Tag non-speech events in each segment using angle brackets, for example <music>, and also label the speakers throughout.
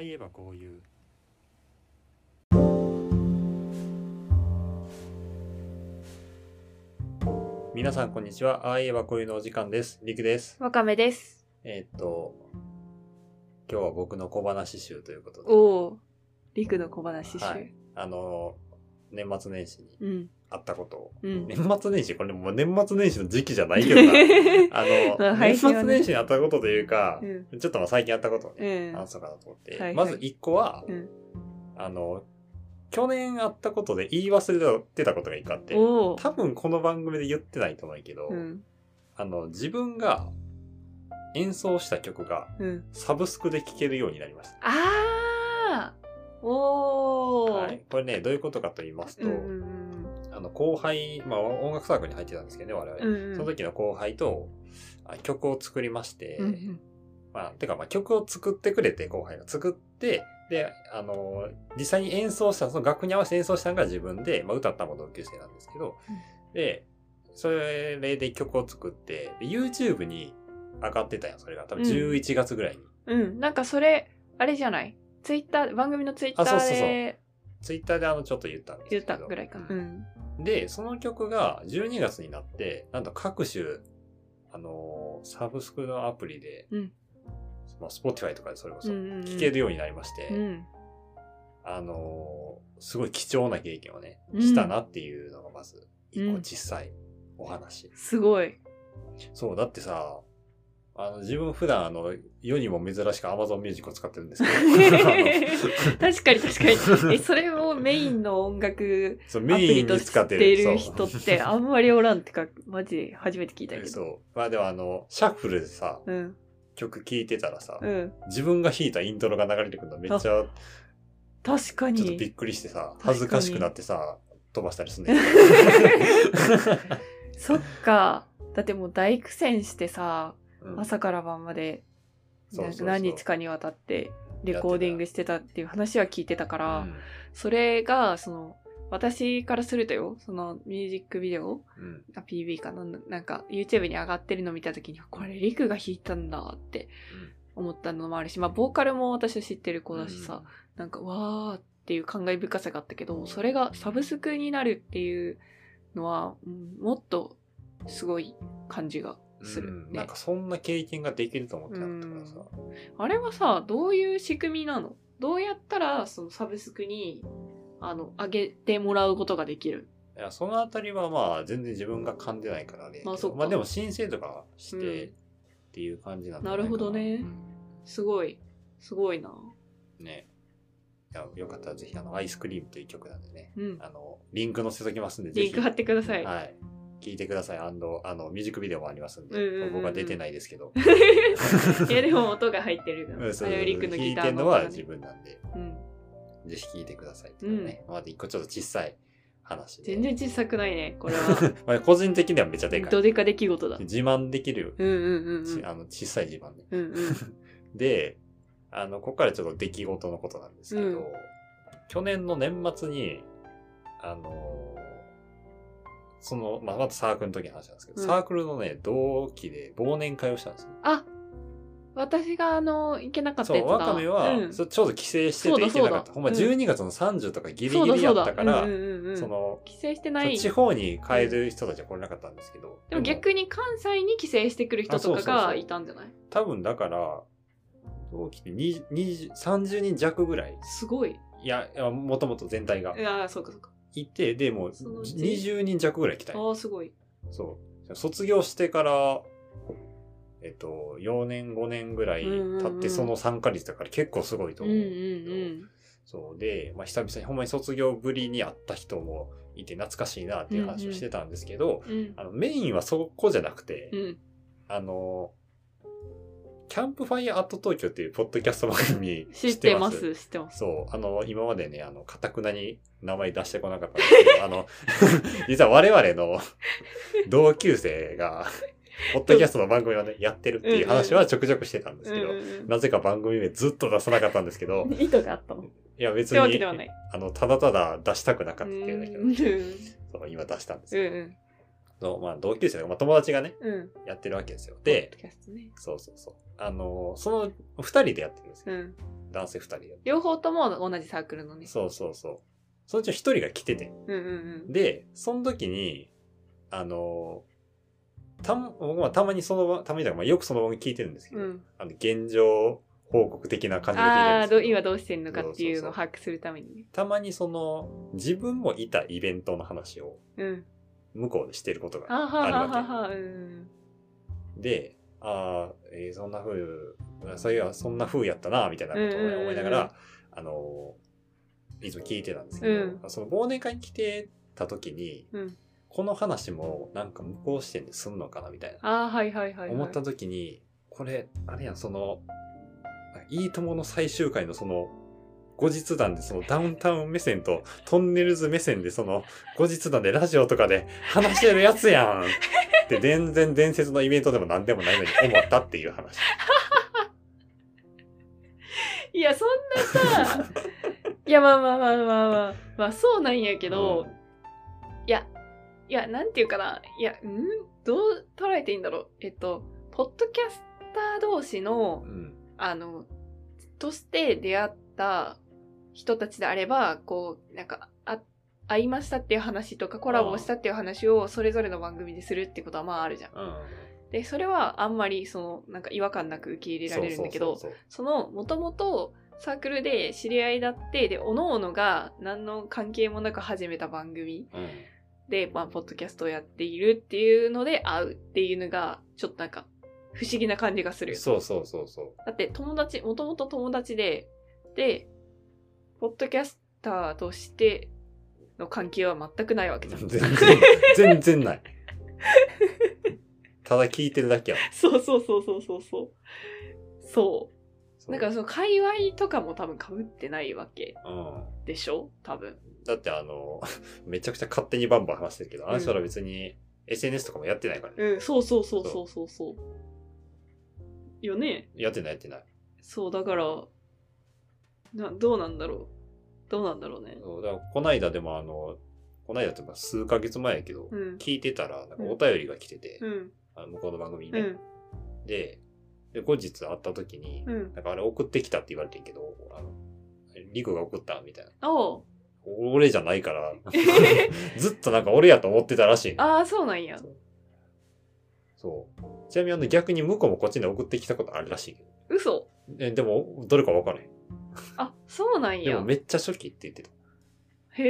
Speaker 1: いえばこういう皆さんこんにちはああいえばこういうのお時間ですりくです
Speaker 2: わかめです。
Speaker 1: えーっと今日は僕の小話集ということで
Speaker 2: おお。りくの小話集。
Speaker 1: はいあの年末年始に
Speaker 2: うん。
Speaker 1: あったことを
Speaker 2: うん。
Speaker 1: 年末年始これもう年末年始の時期じゃないけど
Speaker 2: <laughs>
Speaker 1: なあ
Speaker 2: ま
Speaker 1: の、
Speaker 2: あ
Speaker 1: 年
Speaker 2: 配信
Speaker 1: 末
Speaker 2: はね
Speaker 1: 年始にあったことというか
Speaker 2: う、ん。
Speaker 1: ちょっとまあ最近あったことをね、
Speaker 2: うん。
Speaker 1: 話そうかなと思って、
Speaker 2: はいはい
Speaker 1: まず1個は、
Speaker 2: うん
Speaker 1: あの、去年あったことで言い忘れてたことが1個あって、
Speaker 2: おお。
Speaker 1: 多分この番組で言ってないと思うけど、
Speaker 2: うん。
Speaker 1: あの、自分が演奏した曲が
Speaker 2: うん。
Speaker 1: サブスクで聴けるようになりまし
Speaker 2: ああ。お
Speaker 1: た。
Speaker 2: お。
Speaker 1: はい。これね、どういうことかと言いますと、
Speaker 2: うんうん
Speaker 1: あの、後輩、まあ音楽サークルに入ってたんですけどね、我々。
Speaker 2: うん。うんうん。
Speaker 1: その時の後輩とあ曲を作りまして、
Speaker 2: うんうん。
Speaker 1: まあ、てかまあ曲を作ってくれて後輩が作ってであのー実際に演奏したその楽譜に合わせて演奏したのが自分で、まあ、歌ったのも同級生なんですけど、
Speaker 2: うん
Speaker 1: でそれで曲を作ってで YouTube に上がってたよそれが多分11月ぐらいに、
Speaker 2: うん。なんかそれ、あれじゃないツイッター、番組のツイッタ
Speaker 1: あそうそ
Speaker 2: ー
Speaker 1: うそう
Speaker 2: で
Speaker 1: Twitter であのちょっと言ったんですけ
Speaker 2: 言
Speaker 1: ど
Speaker 2: ったぐらいか。うん。
Speaker 1: でその曲が12月になってなんと各種あのーサブスクのアプリで、
Speaker 2: うん
Speaker 1: まあ、Spotify とかでそれこそ
Speaker 2: うんうん。
Speaker 1: 聴けるようになりまして、
Speaker 2: うん。
Speaker 1: あのーすごい貴重な経験をね、
Speaker 2: うん
Speaker 1: したなっていうのがまず、一個
Speaker 2: うん
Speaker 1: 小さいお話。
Speaker 2: すごい。
Speaker 1: そう、だってさ、あの、自分普段あの、世にも珍しく Amazon Music を使ってるんですけど、あの
Speaker 2: <laughs> 確かに
Speaker 1: <laughs>
Speaker 2: 確かに。え、それをメインの音楽
Speaker 1: そう
Speaker 2: アプ
Speaker 1: メイ
Speaker 2: リ
Speaker 1: ン
Speaker 2: と
Speaker 1: に
Speaker 2: し
Speaker 1: 使ってて
Speaker 2: い
Speaker 1: る。
Speaker 2: る人ってあんまりおらんってか、マジで初めて聞いた
Speaker 1: <laughs> そ
Speaker 2: け
Speaker 1: う。
Speaker 2: ど。
Speaker 1: そうまあでもあの、シャッフルでさ、
Speaker 2: うん。
Speaker 1: 曲聴いてたらさ、
Speaker 2: うん。
Speaker 1: 自分が弾いたイントロが流れてくるのめっちゃ、ちょ
Speaker 2: 確か
Speaker 1: っとび
Speaker 2: に。
Speaker 1: っくりしてさ、
Speaker 2: かに
Speaker 1: 恥ずかしくなってさ、飛ばしたりするんだけど
Speaker 2: <laughs> そっか。だってもう大苦戦してさ、
Speaker 1: <laughs> うん
Speaker 2: 朝から晩まで、
Speaker 1: そう
Speaker 2: な
Speaker 1: そ
Speaker 2: ん
Speaker 1: う
Speaker 2: か
Speaker 1: そう
Speaker 2: 何日かにわたってレコーディングしてたっていう話は聞いてたから、
Speaker 1: うん
Speaker 2: それが、その、私からするとよ、そのミュージックビデオ、
Speaker 1: うん
Speaker 2: あ PV かな、なんか YouTube に上がってるの見た時に、これリクが弾いたんだって思ったのもあるし、まあボーカルも私は知ってる子だしさ、なんかわーっていう感慨深さがあったけどそれがサブスクになるっていうのは、うんもっとすごい感じがする、
Speaker 1: うん
Speaker 2: ね
Speaker 1: なんかそんな経験ができると思ってなかったからさ、
Speaker 2: あれはさどういう仕組みなのどうやったらそのサブスクにあの上げてもらうことができる
Speaker 1: いやそのあたりはまあ全然自分が噛んでないからね、
Speaker 2: まあそっか
Speaker 1: まあでも申請とかして
Speaker 2: うん
Speaker 1: っていう感じなんだ
Speaker 2: なるほどねすごいすごいな
Speaker 1: ねいやよかったらぜひあの「アイスクリーム」という曲なんでね
Speaker 2: うん
Speaker 1: あのリンク載せときますんでぜ
Speaker 2: リン
Speaker 1: ひ
Speaker 2: ク貼ってください、 <laughs>
Speaker 1: はい聞いてください and あのミュージックビデオもありますんで、
Speaker 2: うんうんうんうん
Speaker 1: 僕は出てないですけど
Speaker 2: い、 <laughs> やでも音が入って
Speaker 1: <laughs>
Speaker 2: る
Speaker 1: う
Speaker 2: か
Speaker 1: ん
Speaker 2: ら
Speaker 1: そうそう
Speaker 2: あれはリクの
Speaker 1: 聞
Speaker 2: ギ
Speaker 1: い
Speaker 2: タ
Speaker 1: て
Speaker 2: ー
Speaker 1: る
Speaker 2: の
Speaker 1: の
Speaker 2: 音
Speaker 1: は
Speaker 2: が
Speaker 1: 自
Speaker 2: ね
Speaker 1: 分なんで
Speaker 2: うん、
Speaker 1: ぜひ聞いてくださいっていうのね、まだ一個ちょっと小さい話で
Speaker 2: 全然小さくないねこれは
Speaker 1: まあ個人的にはめっ <laughs> ちゃでかい
Speaker 2: どでか出来事だ
Speaker 1: 自慢できるよ、
Speaker 2: うんうんうんうん
Speaker 1: ちあの小さい自慢ね。
Speaker 2: うんうん
Speaker 1: で、あの、ここからちょっと出来事のことなんですけど、
Speaker 2: うん
Speaker 1: 去年の年末に、あのーその、まあ、またサークルの時の話なんですけど、
Speaker 2: うん
Speaker 1: サークルのね、同期で忘年会をしたんですよ。
Speaker 2: あ私があの行けなかった
Speaker 1: そ
Speaker 2: やつ
Speaker 1: う、
Speaker 2: だ
Speaker 1: わかめは、
Speaker 2: うん、
Speaker 1: そちょうど帰省して
Speaker 2: そう
Speaker 1: て
Speaker 2: だ
Speaker 1: 行けなかった。
Speaker 2: そうだ
Speaker 1: ほんま
Speaker 2: うん
Speaker 1: 12月の30とかギリ
Speaker 2: そう
Speaker 1: ギ
Speaker 2: だ
Speaker 1: リ
Speaker 2: そ
Speaker 1: や
Speaker 2: うだ
Speaker 1: ったから、
Speaker 2: う
Speaker 1: そ
Speaker 2: んうんうん、
Speaker 1: の、
Speaker 2: 帰省してない
Speaker 1: 地方に帰る人たちは来れなかったんですけど、
Speaker 2: でも逆に関西に帰省してくる人とか
Speaker 1: あそうそうそ
Speaker 2: が
Speaker 1: う
Speaker 2: いたんじゃない
Speaker 1: 多分だから、同期で20 20 30人弱ぐらい
Speaker 2: すごい
Speaker 1: いや、いやもともと全体が
Speaker 2: ああそうかそうか
Speaker 1: いて、で、もう
Speaker 2: そのうち
Speaker 1: 20人弱ぐらい来たんよ
Speaker 2: ああすごい
Speaker 1: そう。卒業してから、えっと、4年、5年ぐらい
Speaker 2: うん
Speaker 1: 経
Speaker 2: う
Speaker 1: っ
Speaker 2: んう
Speaker 1: て、
Speaker 2: ん
Speaker 1: その参加率だから結構すごいと
Speaker 2: うんう
Speaker 1: 思
Speaker 2: ん
Speaker 1: う。
Speaker 2: うん
Speaker 1: そうで、まあ、久々にほんまに卒業ぶりに会った人もいて懐かしいなっていう話をしてたんですけど、
Speaker 2: うん
Speaker 1: あのメインはそこじゃなくて、
Speaker 2: うん
Speaker 1: あの、キャンプファイアアット東京っていうポッドキャスト番
Speaker 2: <laughs>
Speaker 1: 組
Speaker 2: 知ってます知ってます
Speaker 1: そう、あの、今までね、あの、かたくなに名前出してこなかったんですけど、あの、 <laughs> 実は我々の同級生が、ポッドキャストの番組をね、やってるっていう話はちょくちょくしてたんですけど、
Speaker 2: うん
Speaker 1: なぜか番組名ずっと出さなかったんですけど
Speaker 2: う、 <laughs> ん意図があったのっ
Speaker 1: いや別
Speaker 2: てわけではな
Speaker 1: に、
Speaker 2: い
Speaker 1: あの、ただただ出したくなか
Speaker 2: う
Speaker 1: っ
Speaker 2: ん
Speaker 1: た
Speaker 2: う
Speaker 1: っ
Speaker 2: ん
Speaker 1: て
Speaker 2: う
Speaker 1: いうんだけど、
Speaker 2: ん
Speaker 1: そう今出したんです
Speaker 2: う
Speaker 1: よ。
Speaker 2: ん
Speaker 1: そうまあ、同級生とか、まあ、友達がね、
Speaker 2: うん
Speaker 1: やってるわけですよ。
Speaker 2: ポッ
Speaker 1: で
Speaker 2: ド、キャストね
Speaker 1: そうそうそう。あの、その二人でやってるんですよ。
Speaker 2: うん
Speaker 1: 男性2人で
Speaker 2: 両方とも同じサークルのね。
Speaker 1: そうそうそうそのうちの1人が来てて
Speaker 2: うんうんうん。
Speaker 1: でその時にあのたん僕はたまにその場たまにだからまあよくその番組聞いてるんですけ
Speaker 2: う
Speaker 1: ど、
Speaker 2: ん、
Speaker 1: あの現状報告的な感じで聞いてるん
Speaker 2: あ
Speaker 1: で
Speaker 2: あ
Speaker 1: す
Speaker 2: ど
Speaker 1: け
Speaker 2: う
Speaker 1: ど
Speaker 2: 今どうしてんのかっていうのを把握するためにね。
Speaker 1: たまにその自分もいたイベントの話を
Speaker 2: うん。
Speaker 1: 向こうでしてることが
Speaker 2: あは
Speaker 1: ある
Speaker 2: はは
Speaker 1: わ
Speaker 2: は。うん。
Speaker 1: けでああ、えーそんな風そういやそんな風やったなみたいなことをね
Speaker 2: うん
Speaker 1: 思いながら、あのいつも聞いてたんですけど、その忘年会に来てた時に、
Speaker 2: うん
Speaker 1: この話もなんか向こう視点ですんのかなみたいな
Speaker 2: ああはいはいはい、はい。
Speaker 1: 思った時にこれあれやんその「いいとも!」の最終回のその後日談でそのダウンタウン目線と
Speaker 2: <laughs>
Speaker 1: トンネルズ目線でその後日談でラジオとかで話してるやつやんって全然伝説のイベントでも何でもないのに思ったっていう話。
Speaker 2: いやそんなさ <laughs> いやまあまあまあまあまあまあそうなんやけど、
Speaker 1: うん
Speaker 2: いやいやなんていうかないやんどう捉えていいんだろうえっとポッドキャスター同士の
Speaker 1: うん
Speaker 2: あのとして出会った人たちであればこうなんかあ会いましたっていう話とかコラボしたっていう話をそれぞれの番組でするってことはまああるじゃん。
Speaker 1: うん
Speaker 2: でそれはあんまりそのなんか違和感なく受け入れられるんだけど
Speaker 1: そうそう
Speaker 2: そのもともとサークルで知り合いだってでおのおのが何の関係もなく始めた番組
Speaker 1: そううん
Speaker 2: で、まあ、ポッドキャストをやっているっていうので会うっていうのがちょっとなんか不思議な感じがする
Speaker 1: そうそうそうそ
Speaker 2: だって友達もともと友達ででポッドキャスターとしての関係は全くないわけじゃ
Speaker 1: うん全然全然ないただ聞いてるだけやもん
Speaker 2: <laughs> そうそうそうそうそうそうそう
Speaker 1: そう
Speaker 2: なんかその界隈とかも多分被ってないわけ
Speaker 1: うん
Speaker 2: でしょ多分
Speaker 1: だってあの、 <laughs> めちゃくちゃ勝手にバンバン話してるけど、
Speaker 2: ん
Speaker 1: あの人ら別に SNS とかもやってないからね。
Speaker 2: うん、そうそうそうそうそうそう。よね。
Speaker 1: やってないやってない。
Speaker 2: そう、だから、な、どうなんだろう。どうなんだろうね。
Speaker 1: そうだからこないだでもあの、こないだってまあ数ヶ月前やけど、
Speaker 2: うん。
Speaker 1: 聞いてたら、なんかお便りが来てて、
Speaker 2: うん。
Speaker 1: あの向こうの番組に
Speaker 2: う
Speaker 1: ね、
Speaker 2: ん。
Speaker 1: で、で、後日会った時に、
Speaker 2: うん。
Speaker 1: なんかあれ送ってきたって言われてんけど、あの、リクが送ったみたいな。 <laughs>
Speaker 2: おう。
Speaker 1: 俺じゃない
Speaker 2: <laughs>
Speaker 1: から、ずっとなんか俺やと思ってたらしいの。
Speaker 2: ああ、そうなんや。
Speaker 1: そう。ちなみにあの逆に向こうもこっちに送ってきたことあるらしいけど。
Speaker 2: 嘘。
Speaker 1: えでも、どれか分からへん。
Speaker 2: あ、そうなん
Speaker 1: で
Speaker 2: や
Speaker 1: も。めっちゃ初期って言ってた。
Speaker 2: へ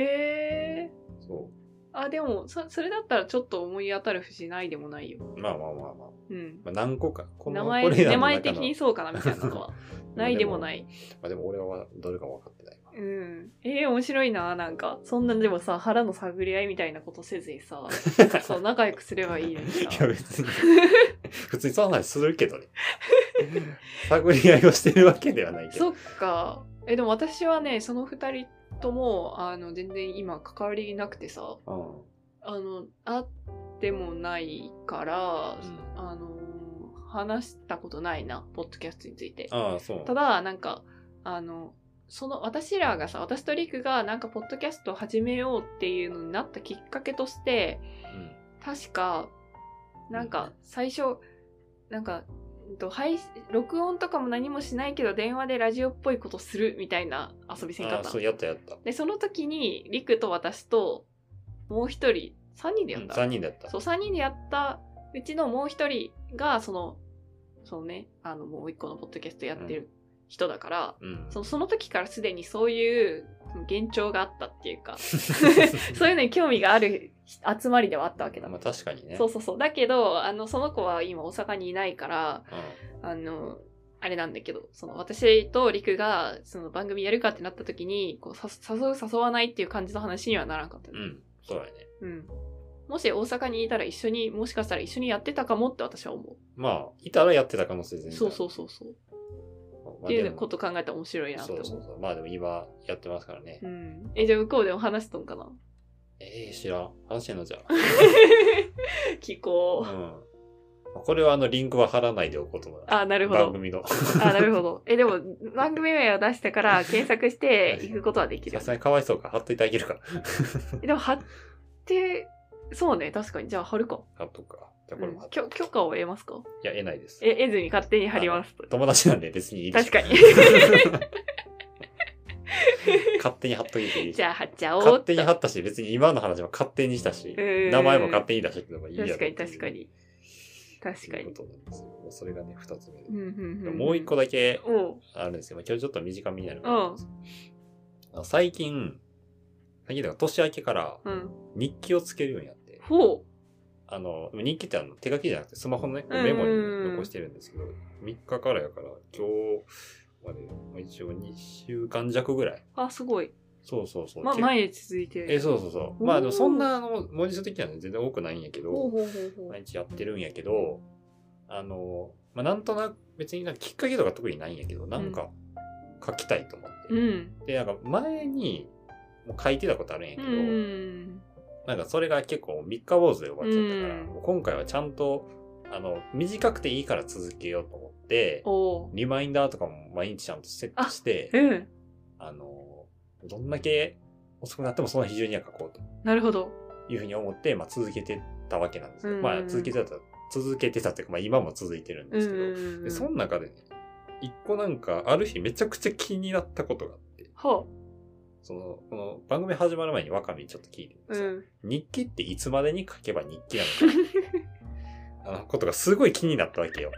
Speaker 2: え。
Speaker 1: そ
Speaker 2: あ、でも、そ、それだったらちょっと思い当たる節ないでもないよ。
Speaker 1: う。まあまあまあまあ。
Speaker 2: うん。
Speaker 1: まあ、何個か。この
Speaker 2: 名
Speaker 1: これ
Speaker 2: 前、
Speaker 1: ら
Speaker 2: 名
Speaker 1: の中の
Speaker 2: 前的にそうかなみたいな
Speaker 1: <laughs>
Speaker 2: のは。ないでもな。い。
Speaker 1: まあでも俺はどれか分かってないわ。
Speaker 2: うん。ええ面白いな、なんか。そんなでもさ、腹の探り合いみたいなことせずに
Speaker 1: <laughs>
Speaker 2: さ、そう、仲良くすればいいのにさ。
Speaker 1: いや別に。 <laughs> 普通にその話するけど
Speaker 2: <laughs>
Speaker 1: ね。探り合いをしてるわけではないけど。
Speaker 2: そっか。え、でも私はね、その二人とも、あの、全然今関わりなくてさ、あの、会ってもないから、
Speaker 1: うん。
Speaker 2: あの、話したことないな、ポッドキャストについて。
Speaker 1: ああ、そう。
Speaker 2: ただ、なんか、あの、その私らがさ、私とリクがなんかポッドキャストを始めようっていうのになったきっかけとして、
Speaker 1: うん。
Speaker 2: 確か、なんか最初、なんか、うんと配信録音とかも何もしないけど電話でラジオっぽいことするみたいな遊びせん
Speaker 1: あ
Speaker 2: かっ
Speaker 1: あ、
Speaker 2: た
Speaker 1: そう、やったやった。
Speaker 2: でその時にリクと私ともう一人3人でやった、
Speaker 1: 3人だった。
Speaker 2: そう3人でやったうちのもう一人がそのそのねあのもう一個のポッドキャストやってる人だから、
Speaker 1: うん。 <laughs>
Speaker 2: そのその時からすでにそういうその幻聴があったってい
Speaker 1: <laughs>
Speaker 2: うかそういうのに興味がある集まりではあったわけだ
Speaker 1: まあ確かにね。
Speaker 2: そううそうそう。だけど、あの、その子は今大阪にいないから、あの、あれなんだけど、その私とリクが、その番組やるかってなった時に、こう、さ誘う誘わないっていう感じの話にはならんかった
Speaker 1: ん。う
Speaker 2: ね、
Speaker 1: ん。そうだね。
Speaker 2: うん。もし大阪にいたら一緒に、もしかしたら一緒にやってたかもって私は思
Speaker 1: まあ、いたらやってた可能性全
Speaker 2: う。
Speaker 1: 然
Speaker 2: そう
Speaker 1: う。
Speaker 2: そうそうそう。
Speaker 1: まあ、
Speaker 2: って
Speaker 1: で
Speaker 2: い
Speaker 1: も
Speaker 2: うこと考えたら面白いなって
Speaker 1: そ
Speaker 2: 思う。
Speaker 1: うそうそう。まあでも今やってますからね。
Speaker 2: うん。え、じゃあ向こうでも話しと
Speaker 1: <laughs>
Speaker 2: んかな
Speaker 1: ええ知らん。話してんのじゃあ。
Speaker 2: 聞こう。
Speaker 1: うん。これはあの、リンクは貼らないでおこうと思います。
Speaker 2: あ、なるほ
Speaker 1: 番
Speaker 2: ど。
Speaker 1: 組の。
Speaker 2: あ、なるほど。え、でも、番組名を出してから検索して行くことはできる
Speaker 1: さ。すがにかわいそうから貼っといてあげ
Speaker 2: <laughs>
Speaker 1: るから。
Speaker 2: でも貼って、そうね、確かに。じゃあ貼るか。
Speaker 1: 貼っとくか。じゃあこ
Speaker 2: う
Speaker 1: れ
Speaker 2: ん
Speaker 1: も貼っと
Speaker 2: 許許可を得ますか
Speaker 1: いや、得ないです。
Speaker 2: え、得ずに勝手に貼りますと。
Speaker 1: 友達なんで別にいいで
Speaker 2: 確
Speaker 1: す。
Speaker 2: かに。
Speaker 1: 勝手に貼っといていい。
Speaker 2: <laughs> じゃあ貼っちゃおうっと
Speaker 1: 勝手に貼ったし、別に今の話も勝手にしたし、
Speaker 2: うん
Speaker 1: 名前も勝手に出してけばいいやろ
Speaker 2: 確か
Speaker 1: っ
Speaker 2: に
Speaker 1: ていう
Speaker 2: 確か。に確か
Speaker 1: とい
Speaker 2: に
Speaker 1: うことなんですよもうそれがね、二つ目で。
Speaker 2: うんうんうん
Speaker 1: もう一個だけ
Speaker 2: おう
Speaker 1: あるんですよ。まあ今日ちょっと短めになるかなと思うんですけどあの最近、最近だから年明けから
Speaker 2: うん
Speaker 1: 日記をつけるようになって、
Speaker 2: ほ
Speaker 1: あの、でも日記ってあの手書きじゃなくてスマホのね、
Speaker 2: うん
Speaker 1: メモに残してるんですけど、3日からやから今日まで、まあ、一応2週間弱ぐらい。
Speaker 2: うあすごい
Speaker 1: そうそうそう。
Speaker 2: ま
Speaker 1: 結構
Speaker 2: 毎日続いてる
Speaker 1: え、そうそうそう。
Speaker 2: おー
Speaker 1: まあでもそんなあの文字数的にはね全然多くないんやけ
Speaker 2: ほ
Speaker 1: ど、
Speaker 2: うほうほうほう
Speaker 1: 毎日やってるんやけど、あの、まあなんとなく別になんかきっかけとか特にないんやけど、なんか書きたいと思って。
Speaker 2: うん
Speaker 1: で、なんか前にもう書いてたことあるんや
Speaker 2: う
Speaker 1: けど、
Speaker 2: ん
Speaker 1: なんかそれが結構三日坊主で終わっちゃったから、
Speaker 2: うん
Speaker 1: もう今回はちゃんと、あの、短くていいから続けようと思って、
Speaker 2: おう
Speaker 1: リマインダーとかも毎日ちゃんとセットして、
Speaker 2: うん
Speaker 1: あの、どんだけ遅くなってもその日中には書こうと
Speaker 2: なるほど
Speaker 1: いうふうに思って、まあ続けてたわけなんですよ。
Speaker 2: うん
Speaker 1: まあ続けてた、続けてたっていうか、まあ今も続いてるんですけど、
Speaker 2: うん
Speaker 1: でその中でね、一個なんかある日めちゃくちゃ気になったことがあって、
Speaker 2: ほ
Speaker 1: その、この番組始まる前にワカミにちょっと聞いて
Speaker 2: う
Speaker 1: さ
Speaker 2: うん
Speaker 1: 日記っていつまでに書けば日記なの
Speaker 2: <laughs>
Speaker 1: かあのことがすごい気になったわけよ。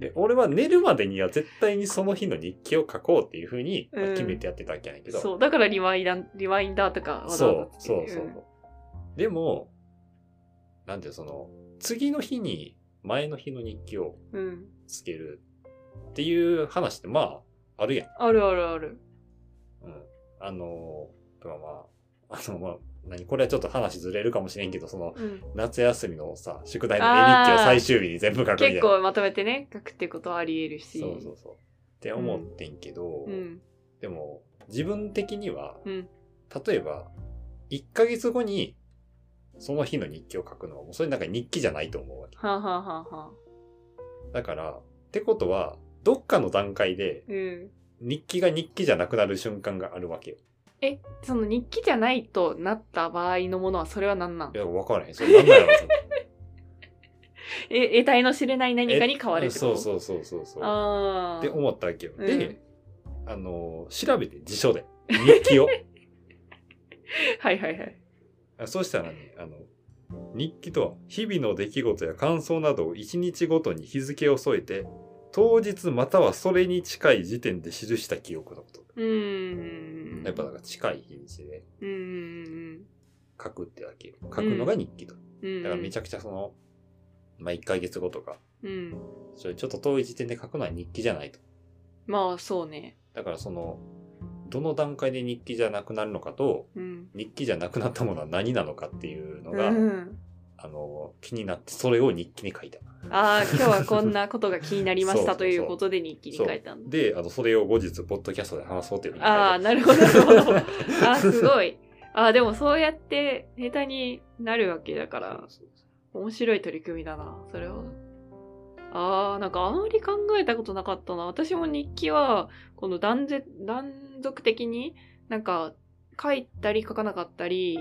Speaker 1: で、俺は寝るまでには絶対にその日の日記を書こうっていうふうにまあ
Speaker 2: うん
Speaker 1: 決めてやってたわけやねんけど。
Speaker 2: そうだからリマイダンリマインダーとかわざ
Speaker 1: そう
Speaker 2: わざつけ
Speaker 1: そう
Speaker 2: る
Speaker 1: そう。でも、なんていうのその、次の日に前の日の日記を
Speaker 2: うんうん
Speaker 1: つけるっていう話ってまあ、あるやん。
Speaker 2: あるあるある
Speaker 1: うん。あの、まあまあ、あのまあ、何これはちょっと話ずれるかもしれんけど、その、
Speaker 2: うん
Speaker 1: 夏休みのさ、宿題の絵日記を最終日に全部書くみたいな。
Speaker 2: 結構まとめてね書くってことはありえるし
Speaker 1: そうそうそう。って思ってんけど、
Speaker 2: うん
Speaker 1: でも、自分的には、
Speaker 2: うん
Speaker 1: 例えば、1ヶ月後に、その日の日記を書くのは、もうそれなんか日記じゃないと思うわけ。
Speaker 2: はあ、はあはあはあ、
Speaker 1: だから、ってことは、どっかの段階で、
Speaker 2: うん
Speaker 1: 日記が日記じゃなくなる瞬間があるわけよ。
Speaker 2: えその日記じゃないとなった場合のものはそれは何なん
Speaker 1: いや、わからへん。それなんだろう
Speaker 2: <laughs> え得体の知れない何かに変わるってこと
Speaker 1: そうそうそうそうそう。
Speaker 2: ああ
Speaker 1: って思ったわけよ。
Speaker 2: うん
Speaker 1: で、あの、調べて辞書で、日記を。
Speaker 2: はいはいはい
Speaker 1: あそうしたらね、あの、日記とは、日々の出来事や感想などを1日ごとに日付を添えて、当日またはそれに近い時点で記した記憶のこと。
Speaker 2: うーん
Speaker 1: やっぱだから近い日にちで
Speaker 2: うんうん
Speaker 1: 書くってだけ。書くのが日記と。
Speaker 2: うんうん
Speaker 1: だからめちゃくちゃその、まあ、1ヶ月後とか、
Speaker 2: うん
Speaker 1: それちょっと遠い時点で書くのは日記じゃないと。
Speaker 2: まあそうね
Speaker 1: だからその、どの段階で日記じゃなくなるのかと、
Speaker 2: うん
Speaker 1: 日記じゃなくなったものは何なのかっていうの
Speaker 2: う
Speaker 1: が、
Speaker 2: ん、
Speaker 1: あの、気になって、それを日記に書いた。
Speaker 2: ああ今日はこんなことが気になりまし
Speaker 1: そうそうそう
Speaker 2: たということで日記に書いたんだ
Speaker 1: で、あの、それを後日、ポッドキャストで話そうっていうふうに書いた
Speaker 2: ああなるほどなるほどあ
Speaker 1: <laughs>
Speaker 2: ーすごいああでもそうやってネタになるわけだから
Speaker 1: そうそうそう
Speaker 2: 面白い取り組みだなそれはあーなんかあまり考えたことなかったな私も日記はこの断絶断続的になんか書いたり書かなかったり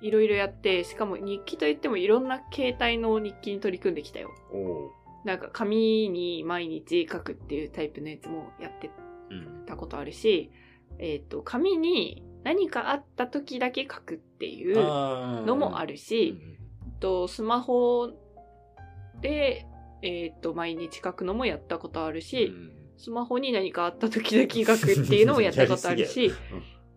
Speaker 2: いろいろやってしかも日記といってもいろんな形態の日記に取り組んできたよ
Speaker 1: おう
Speaker 2: なんか紙に毎日書くっていうタイプのやつもやって
Speaker 1: うん。
Speaker 2: たことあるしえっ、と紙に何かあった時だけ書くっていうの
Speaker 1: の
Speaker 2: もあ
Speaker 1: る
Speaker 2: るし、えっと、スマホで、えっと、毎日書くのもやったことあるし、スマホに何かあった時々書くっていうのもやったことあ
Speaker 1: <laughs>
Speaker 2: るし、
Speaker 1: うん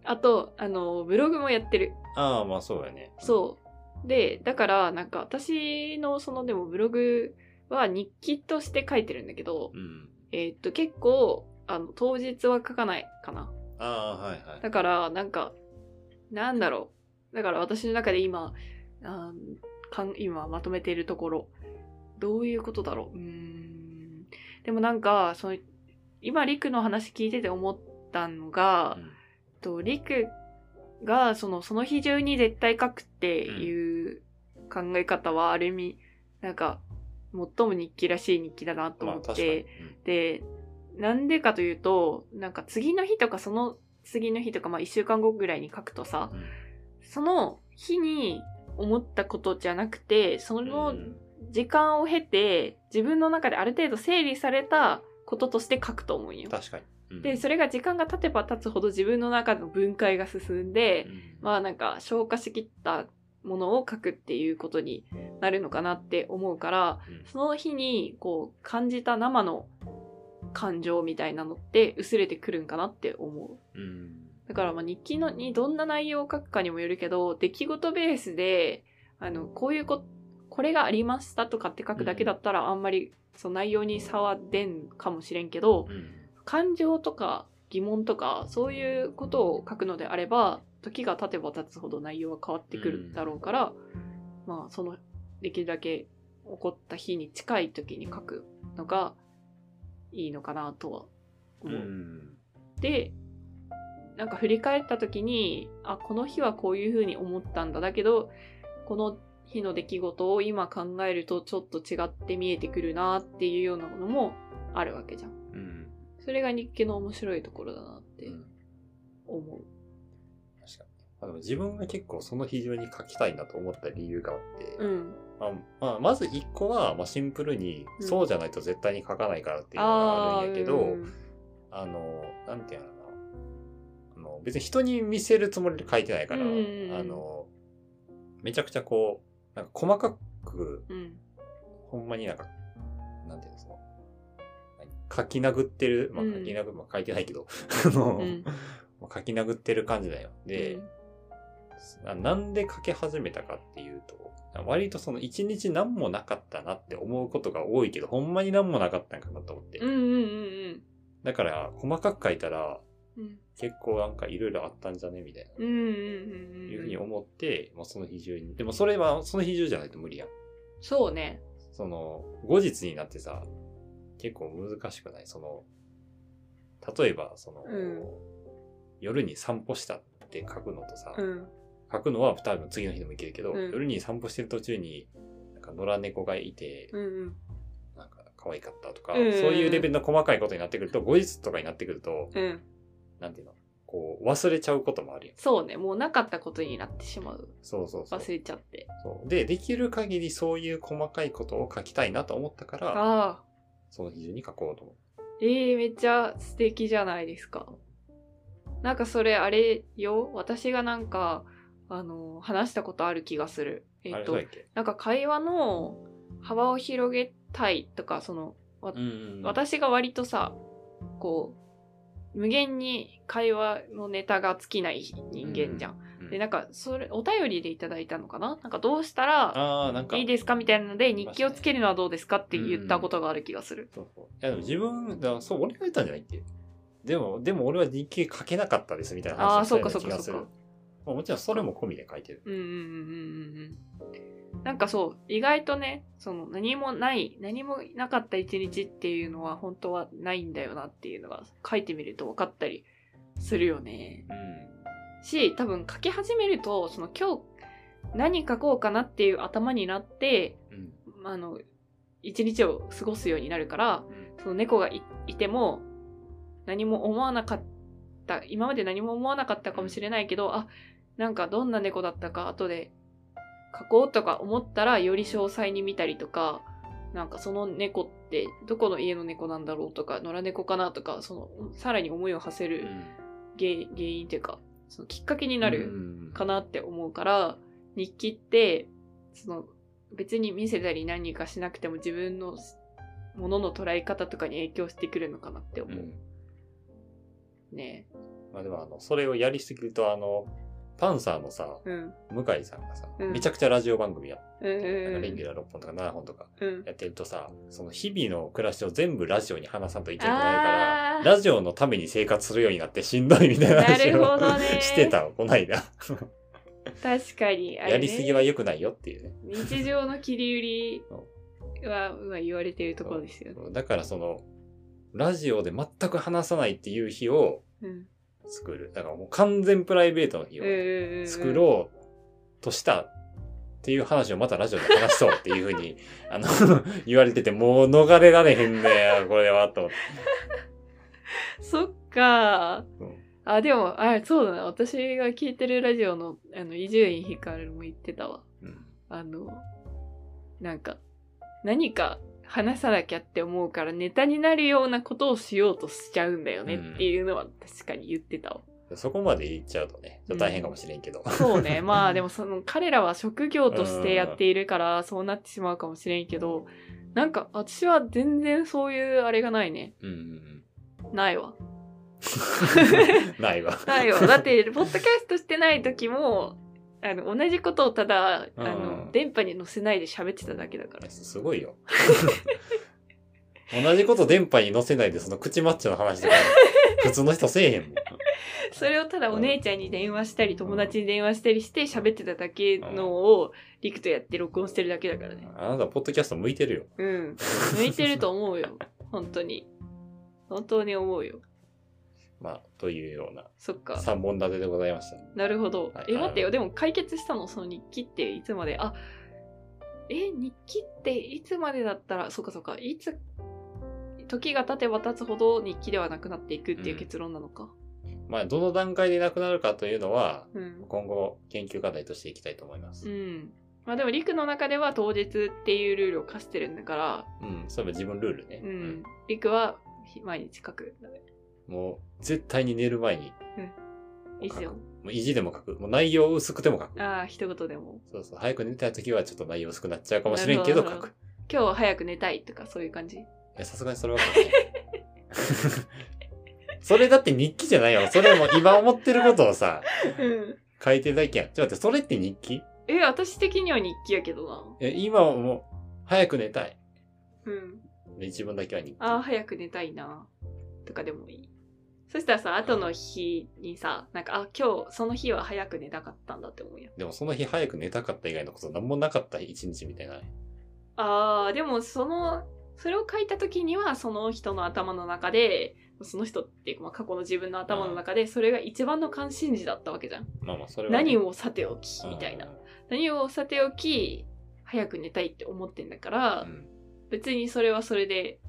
Speaker 2: あと、あの、ブログもやってる。
Speaker 1: ああ、まあそうやね。
Speaker 2: そう。で、だから、なんか私のそのでもブログは日記として書いてるんだけど、
Speaker 1: うん。
Speaker 2: えっと、結構、あの、当日は書かないかな。
Speaker 1: ああ、はいはい。
Speaker 2: だから、なんか、なんだろう。だから私の中で今、あーかん今まとめているところ、どういうことだろう。うーん。でもなんか、その、今、リクの話聞いてて思ったのが、
Speaker 1: うん
Speaker 2: とリクが、その、その日中に絶対書くっていう考え方は、ある意味、なんか、最も日記らしい日記だなと
Speaker 1: まあ
Speaker 2: 思って、
Speaker 1: 確かに。
Speaker 2: でなんでかというとなんか次の日とかその次の日とか、まあ、1週間後ぐらいに書くとさ
Speaker 1: うんうん
Speaker 2: その日に思ったことじゃなくてその
Speaker 1: うん
Speaker 2: 時間を経て自分の中である程度整理されたこととして書くと思うんよ。
Speaker 1: 確かに。うん
Speaker 2: でそれが時間が経てば経つほど自分の中の分解が進んで、
Speaker 1: うん
Speaker 2: まあなんか消化しきったものを書くっていうことになるのかなって思うから
Speaker 1: うん
Speaker 2: その日にこう感じた生の感情みたいなのって薄れてくるんかなって思う。
Speaker 1: うん
Speaker 2: だからまあ日記のにどんな内容を書くかにもよるけど出来事ベースであのこういうここれがありましたとかって書くだけだったらあんまりその内容に差は出んかもしれんけど
Speaker 1: うん
Speaker 2: 感情とか疑問とかそういうことを書くのであれば時が経てば経つほど内容は変わってくるだろうから、まあそのできるだけ起こった日に近い時に書くのがいいのかなとは
Speaker 1: う
Speaker 2: 思う。
Speaker 1: ん
Speaker 2: でなんか振り返った時にあこの日はこういうふうに思ったんだだけどこの日の出来事を今考えるとちょっと違って見えてくるなっていうようなものもあるわけじゃん。
Speaker 1: うん
Speaker 2: それが日記の面白いところだなって
Speaker 1: うん
Speaker 2: 思う。
Speaker 1: 確かにあでも自分が結構その日中に書きたいなと思った理由があって、
Speaker 2: うん。
Speaker 1: まあまあ、まず一個は、まあ、シンプルに、
Speaker 2: うん
Speaker 1: そうじゃないと絶対に書かないからっていうのが
Speaker 2: あ
Speaker 1: あ
Speaker 2: あ
Speaker 1: るんや
Speaker 2: ー、
Speaker 1: けど、
Speaker 2: うん
Speaker 1: あの、なんていうのかな。あの、別に人に見せるつもりで書いてないから、
Speaker 2: うんうんうん
Speaker 1: あの、めちゃくちゃこう、なんか細かく、
Speaker 2: うん。
Speaker 1: ほんまになんか、なんていうんですか。書き殴ってる、まあ、
Speaker 2: う
Speaker 1: 書
Speaker 2: ん
Speaker 1: き殴る、まあ、書いてないけど、 <laughs> あの、
Speaker 2: うん
Speaker 1: まあ書き殴ってる感じだよ。で、
Speaker 2: うん
Speaker 1: ななんで書き始めたかっていうと、割とその一日何もなかったなって思うことが多いけど、ほんまに何もなかったんかなと思って。
Speaker 2: うんうんうん
Speaker 1: だから、細かく書いたら、
Speaker 2: うん。
Speaker 1: 結構なんかいろいろあったんじゃねみたいな。
Speaker 2: うんうんうんうん。
Speaker 1: いうふうに思って、まあ、その日中に。でもそれは、その日中じゃないと無理やん。
Speaker 2: そうね。
Speaker 1: その、後日になってさ、結構難しくないその、例えば、その、
Speaker 2: うん
Speaker 1: 夜に散歩したって書くのとさ、
Speaker 2: うん。
Speaker 1: 書くのは多分次の日でもいけるけど、
Speaker 2: うん
Speaker 1: 夜に散歩してる途中に、なんか野良猫がいて、
Speaker 2: うんうん。
Speaker 1: なんか可愛かったとか、
Speaker 2: うんうん
Speaker 1: そういうレベルの細かいことになってくると、後日とかになってくると、
Speaker 2: うん。
Speaker 1: なんていうのこう、忘れちゃうこともあるよ。
Speaker 2: そうね。もうなかったことになってしまう。
Speaker 1: そうそうそう。
Speaker 2: 忘れちゃって。
Speaker 1: そうで、できる限りそういう細かいことを書きたいなと思ったから、
Speaker 2: ああ。
Speaker 1: その日中に書こうと思う。
Speaker 2: えー、めっちゃ素敵じゃないですか。なんかそれあれよ私がなんか、あの話したことある気がする。えっ、
Speaker 1: あれど
Speaker 2: と
Speaker 1: うやっけ
Speaker 2: なんか会話の幅を広げたいとかその、わ
Speaker 1: うん
Speaker 2: 私が割とさこう無限に会話のネタが尽きない人間じゃん。
Speaker 1: うん
Speaker 2: でなんかそれお便りでいただいたのかななんかどうしたら
Speaker 1: ああ、なんか。
Speaker 2: いいですかみたいなので日記をつけるのはどうですかって言ったことがある気がする。
Speaker 1: そうそういやでも自分、だからそう、俺が言ったんじゃないっけでも、でも俺は日記書けなかったですみたいな話
Speaker 2: ああーそうか
Speaker 1: し
Speaker 2: そ
Speaker 1: た
Speaker 2: う
Speaker 1: よな気が
Speaker 2: か
Speaker 1: す
Speaker 2: そう
Speaker 1: る
Speaker 2: か。
Speaker 1: まあもちろんそれも込みで書いてる。
Speaker 2: うんうんうんうんうんうん。なんかそう、意外とね、その何もない、何もなかった一日っていうのは本当はないんだよなっていうのが書いてみると分かったりするよね。
Speaker 1: うん。
Speaker 2: し、多分書き始めると、その今日何書こうかなっていう頭になって、
Speaker 1: うん。
Speaker 2: あの、一日を過ごすようになるから、その猫がいいても何も思わなかった今まで何も思わなかったかもしれないけどあなんかどんな猫だったか後で書こうとか思ったらより詳細に見たりとかなんかその猫ってどこの家の猫なんだろうとか野良猫かなとかそのさらに思いを馳せ
Speaker 1: う
Speaker 2: る
Speaker 1: ん
Speaker 2: 原原因というかそのきっかけになる。
Speaker 1: うん
Speaker 2: かなって思うから日記ってその別に見せたり何かしなくても自分のものの捉え方とかに影響してくるのかなって思
Speaker 1: う
Speaker 2: うんね。
Speaker 1: まあでも、あの、それをやりすぎると、あの、パンサーのさ、
Speaker 2: うん。
Speaker 1: 向井さんがさ、
Speaker 2: うん
Speaker 1: めちゃくちゃラジオ番組やっ
Speaker 2: うん
Speaker 1: て、なん
Speaker 2: う
Speaker 1: か
Speaker 2: ん
Speaker 1: レギュラー6本とか7本とか
Speaker 2: うん。
Speaker 1: やってるとさ、その日々の暮らしを全部ラジオに話さんといけなくなる
Speaker 2: あ
Speaker 1: から、
Speaker 2: ー
Speaker 1: ラジオのために生活するようになってしんどいみたいな話
Speaker 2: なる
Speaker 1: を
Speaker 2: ほどね
Speaker 1: してたわ、こないだ。
Speaker 2: 確かに。あれね
Speaker 1: やりすぎは良くないよっていうね。
Speaker 2: 日常の切り売りは、まあ、言われてるところですよね。
Speaker 1: だからその、ラジオで全く話さないっていう日を
Speaker 2: うん。
Speaker 1: 作る。だからもう完全プライベートの日
Speaker 2: うん
Speaker 1: を
Speaker 2: うんうん。
Speaker 1: 作ろうとしたっていう話をまたラジオで話しそうっていうふうに、 <laughs> あの、言われてて、もう逃れられへんねこれは、と思って。
Speaker 2: そっか
Speaker 1: うん。
Speaker 2: あ、でも、あ、そうだな。私が聞いてるラジオの、あの、伊集院光も言ってたわ。
Speaker 1: うん
Speaker 2: あの、なんか、何か話さなきゃって思うからネタになるようなことをしようとしちゃうんだよね
Speaker 1: うん
Speaker 2: っていうのは確かに言ってたわ。
Speaker 1: そこまで言っちゃうとね、ちょっと大変かもしれんけど。
Speaker 2: そ
Speaker 1: <laughs>
Speaker 2: うね。まあでもその彼らは職業としてやっているからそうなってしまうかもしれんけど、なんか私は全然そういうあれがないね。
Speaker 1: うんうん
Speaker 2: ないわ。
Speaker 1: うん。 <laughs> ないわ。
Speaker 2: ないわ。だって、ポッドキャストしてない時も、あの、同じことをただ、あ
Speaker 1: う
Speaker 2: の、
Speaker 1: ん
Speaker 2: 電波に乗せないで喋ってただけだから。
Speaker 1: すごいよ。 <laughs> 同じこと電波に載せないで、その口マッチョの話とか、普通の人せえへんもん。
Speaker 2: それをただお姉ちゃんに電話したり、友達に電話したりして喋ってただけのを、リクとやって録音してるだけだからね。
Speaker 1: あなた、ポッドキャスト向いてるよ。
Speaker 2: うん。向いてると思うよ。 <laughs> 本当に。本当に思うよ。
Speaker 1: まあ、というような
Speaker 2: そっか。
Speaker 1: 3本立てでございました。
Speaker 2: なるほど
Speaker 1: はい。あ
Speaker 2: え、
Speaker 1: の
Speaker 2: 待ってよ。でも解決したのその日記っていつまであ、え、日記っていつまでだったら、そうかそうか。いつ、時が経てば経つほど日記ではなくなっていくっていう結論なのか。
Speaker 1: まあ、どの段階でなくなるかというのは、
Speaker 2: うん。
Speaker 1: 今後、研究課題としていきたいと思いま
Speaker 2: う
Speaker 1: す。
Speaker 2: ん。まあでも、陸の中では当日っていうルールを課してるんだから、
Speaker 1: うん、そういえば自分ルールね。
Speaker 2: うん。陸はひ毎日書くんだね。
Speaker 1: うんもう、絶対に寝る前に、
Speaker 2: いいっすよ。
Speaker 1: もう意地でも書く。もう内容薄くても書く。
Speaker 2: ああ、一言でも。
Speaker 1: そうそう、早く寝たい時はちょっと内容薄くなっちゃうかもしれんけど
Speaker 2: なる
Speaker 1: 書
Speaker 2: ほど
Speaker 1: く。い
Speaker 2: 今日は早く寝たいとかそういう感じ。
Speaker 1: や、さすがにそれは書くね。 <laughs> それだって日記じゃないよ。それも今思ってることをさ、
Speaker 2: うん。
Speaker 1: 書いてるだけやん。ちょっと待って、それって日記
Speaker 2: え、私的には日記やけどな。
Speaker 1: え、今はもう、早く寝たい。
Speaker 2: うん。
Speaker 1: で自分だけは日記。
Speaker 2: ああ、早く寝たいな。とかでもいい。そしたらさ、後の日にさ、なんか、あ、今日、その日は早く寝たかったんだって思うやん。
Speaker 1: でもその日早く寝たかった以外のこと何もなかった一日みたいな。
Speaker 2: ああ、でもその、それを書いた時には、その人の頭の中で、その人っていうか、まあ、過去の自分の頭の中で、それが一番の関心事だったわけじゃん。
Speaker 1: まあまあ、それはね、
Speaker 2: 何をさておき、みたいな。何をさておき、早く寝たいって思ってんだから
Speaker 1: う、ん。
Speaker 2: 別にそれはそれで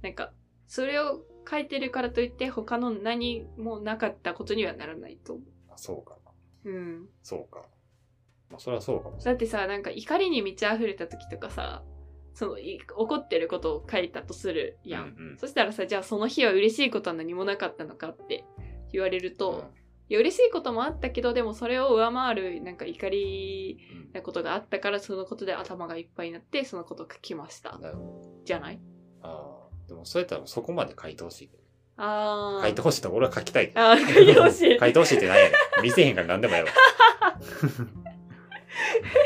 Speaker 2: なんかそれを書いてるからといって他の何もなかったことにはならないと思
Speaker 1: あそうかな。
Speaker 2: う、うん、
Speaker 1: そうか。まあ、それはそうかもしれ
Speaker 2: だってさなんか怒りに満ち溢れた時とかさそのい怒ってることを書いたとするや
Speaker 1: ない。
Speaker 2: ん、
Speaker 1: うんうん
Speaker 2: そしたらさじゃあその日は嬉しいことは何もなかったのかって言われると、いや嬉しいこともあったけどでもそれを上回るなんか怒り
Speaker 1: うん
Speaker 2: なことがあったからそのことで頭がいっぱいになってそのことを書きました
Speaker 1: なるほど
Speaker 2: じゃない
Speaker 1: ああ。でも、そうやったらそこまで書いてほしいけど。
Speaker 2: あー
Speaker 1: 書いてほしいと俺は書きたいけど。
Speaker 2: あー書いてほし
Speaker 1: <laughs>
Speaker 2: い
Speaker 1: 書いてほしいって何やねん。見せへんから何でもやろう。
Speaker 2: <laughs>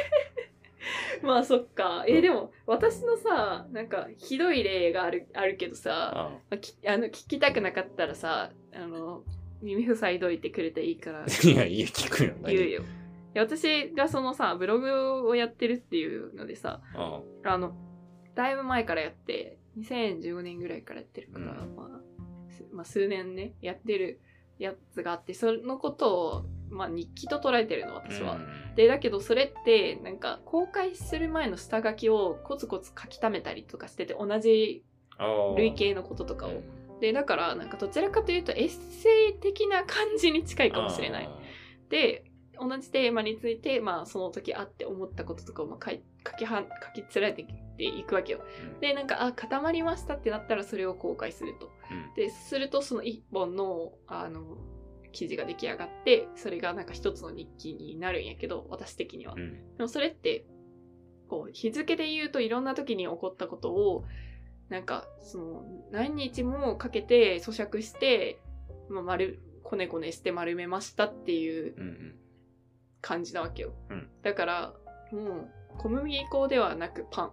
Speaker 2: まあそっか。
Speaker 1: う
Speaker 2: え、
Speaker 1: ん
Speaker 2: でも、私のさ、なんか、ひどい例がある、あるけどさ、
Speaker 1: あ
Speaker 2: まあきあの、聞きたくなかったらさ、あの、耳塞いどいてくれていいから
Speaker 1: あいや、いいよ、聞くよ。 <laughs> 何
Speaker 2: 言うよ。いや私がそのさ、ブログをやってるっていうのでさ、
Speaker 1: あ
Speaker 2: あの、だいぶ前からやって、2015年ぐらいからやってるから、
Speaker 1: う
Speaker 2: まあ、すまあ、数年ね、やってるやつがあって、そのことを、まあ、日記と捉えてるの、
Speaker 1: あ。
Speaker 2: 私は。
Speaker 1: うん
Speaker 2: でだけどそれってなんか公開する前の下書きをコツコツ書き溜めたりとかしてて同じ
Speaker 1: ああ。
Speaker 2: 類型のこととか
Speaker 1: う
Speaker 2: を
Speaker 1: ん。
Speaker 2: でだからなんかどちらかというとエッセイ的な感じに近いかもしれない
Speaker 1: あ。あ。
Speaker 2: で同じテーマについて、まあ、その時あって思ったこととかをまあ書い書きは書き連れていくわけよ。
Speaker 1: うん
Speaker 2: でなんかあ固まりましたってなったらそれを公開すると。
Speaker 1: うん
Speaker 2: でするとその一本のあの記事が出来上がってそれがなんか一つの日記になるんやけど私的には
Speaker 1: う。ん。
Speaker 2: でもそれってこう日付で言うといろんな時に起こったことをなんかその何日もかけて咀嚼して、まあ、丸こねこねして丸めましたっていう
Speaker 1: うんうん。 <laughs>
Speaker 2: 感じなわけよ、
Speaker 1: うん
Speaker 2: だからもう小麦粉ではなくパン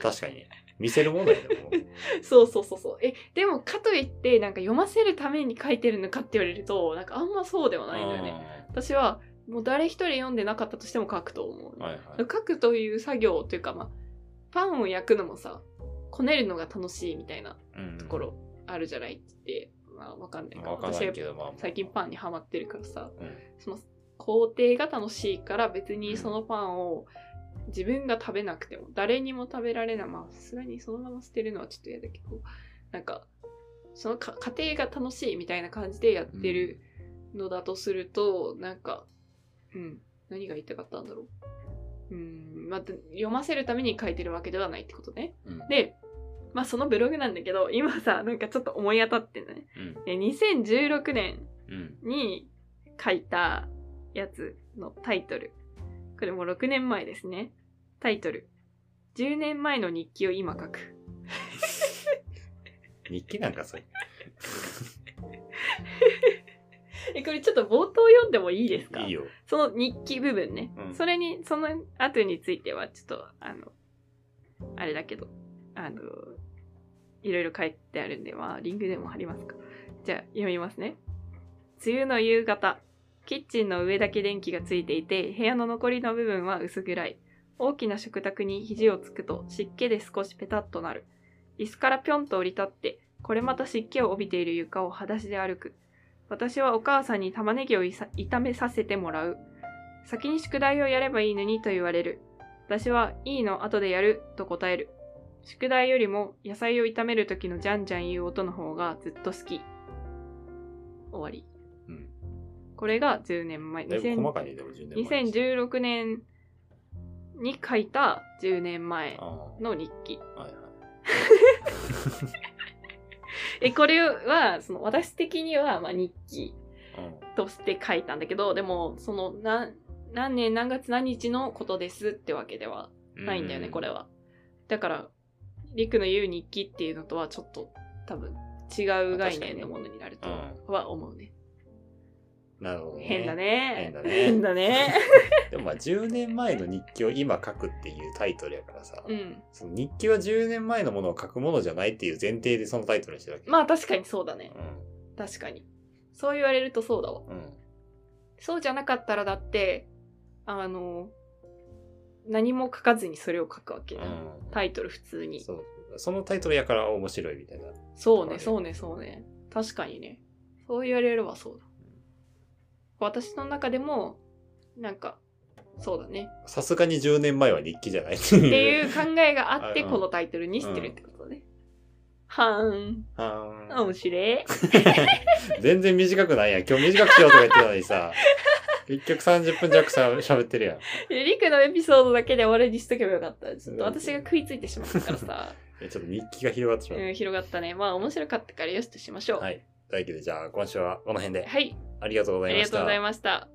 Speaker 1: 確かにね。見せるものやでもう。
Speaker 2: <laughs> そうそうそうそうえでもかといってなんか読ませるために書いてるのかって言われるとなんかあんまそうではないんだよね
Speaker 1: ね。
Speaker 2: 私はもう誰一人読んでなかったとしても書くと思う
Speaker 1: はいはい。
Speaker 2: 書くという作業というか、まあ、パンを焼くのもさこねるのが楽しいみたいな
Speaker 1: うん
Speaker 2: とこ。ろあるじゃないって、まあわかんないか
Speaker 1: まあわから
Speaker 2: 私
Speaker 1: ん
Speaker 2: は
Speaker 1: けど、まあ。
Speaker 2: 最近パンにハマってるからさ
Speaker 1: うん。
Speaker 2: その工程が楽しいから別にそのパンを自分が食べなくても誰にも食べられないまあさすがにそのまま捨てるのはちょっと嫌だけどなんかそのか家庭が楽しいみたいな感じでやってるのだとすると、なんかうん何が言いたかったんだろううん、まあ、読ませるために書いてるわけではないってことね。
Speaker 1: うん
Speaker 2: で、まあそのブログなんだけど、今さ、なんかちょっと思い当たってね。
Speaker 1: うん
Speaker 2: で2016年
Speaker 1: うん
Speaker 2: に書いたやつのタイトル。これもう6年前ですね。タイトル。10年前の日記を今書く。
Speaker 1: 日記なんかそれ。
Speaker 2: え、これちょっと冒頭読んでもいいですか
Speaker 1: いいよ。
Speaker 2: その日記部分ね、
Speaker 1: うん
Speaker 2: それにその後についてはちょっとあのあれだけどあのいろいろ書いてあるんでまあリンクでも貼りますかじゃあ読みますね梅雨の夕方キッチンの上だけ電気がついていて部屋の残りの部分は薄暗い大きな食卓に肘をつくと湿気で少しペタッとなる椅子からぴょんと降り立ってこれまた湿気を帯びている床を裸足で歩く私はお母さんに玉ねぎをいさ炒めさせてもらう。先に宿題をやればいいのにと言われる。私は、いいの、後でやる、と答える。宿題よりも、野菜を炒める時のじゃんじゃん言う音の方がずっと好き。終わり。
Speaker 1: うん。
Speaker 2: これが10年前。
Speaker 1: だいぶ
Speaker 2: 2000
Speaker 1: 細かいね、でも10年前。
Speaker 2: 2016年に書いた10年前
Speaker 1: ああ
Speaker 2: の日記。
Speaker 1: はいはい。
Speaker 2: え、これは、その私的には、まあ日記
Speaker 1: うん。
Speaker 2: として書いたんだけど、でも、その、何、何年何月何日のことですってわけではないんだよね、
Speaker 1: う
Speaker 2: これ。は。だから、リクの言う日記っていうのとはちょっと多分違う概念のものになるとは思うね。
Speaker 1: なるほどね。
Speaker 2: 変だ。ね <laughs>
Speaker 1: 変。だね
Speaker 2: 変だね。
Speaker 1: でもまあ10年前の日記を今書くっていうタイトルやからさ、
Speaker 2: うん。
Speaker 1: その日記は10年前のものを書くものじゃないっていう前提でそのタイトルにしてるわけ。
Speaker 2: まあ確かにそうだね。
Speaker 1: う
Speaker 2: 確かに。そう言われるとそうだわ。
Speaker 1: ん。うん。
Speaker 2: そうじゃなかったらだって、あの、何も書かずにそれを書くわけだ。
Speaker 1: うん。
Speaker 2: タイトル普通に。
Speaker 1: そう。そのタイトルやから面白いみたいな。
Speaker 2: そう
Speaker 1: あ
Speaker 2: ね、
Speaker 1: れ
Speaker 2: そうね、そうね。確かにね。そう言われればそうだ。私の中でも、なんか、そうだね。
Speaker 1: さすがに10年前は日記じゃないっていう。
Speaker 2: っていう考えがあって、
Speaker 1: うん
Speaker 2: このタイトルにしてるってことね。はーん。
Speaker 1: はーん
Speaker 2: 面白い。
Speaker 1: 全然短くないやん。今日短くしようとか言ってたのにさ、結局30分弱しゃ喋ってるやん。
Speaker 2: リクのエピソードだけで終わりにしとけばよかった。ちょっと私が食いついてしまったか
Speaker 1: <laughs>
Speaker 2: らさ。
Speaker 1: えちょっと日記が広がってしま
Speaker 2: うん、広がったね。まあ面白かったからよしとしましょう。
Speaker 1: う。はい。というわけで、じゃあ今週はこの辺で
Speaker 2: はい、
Speaker 1: ありがとうご
Speaker 2: あ
Speaker 1: ざい
Speaker 2: り
Speaker 1: ま
Speaker 2: が
Speaker 1: し
Speaker 2: とう
Speaker 1: た
Speaker 2: ござい。ました。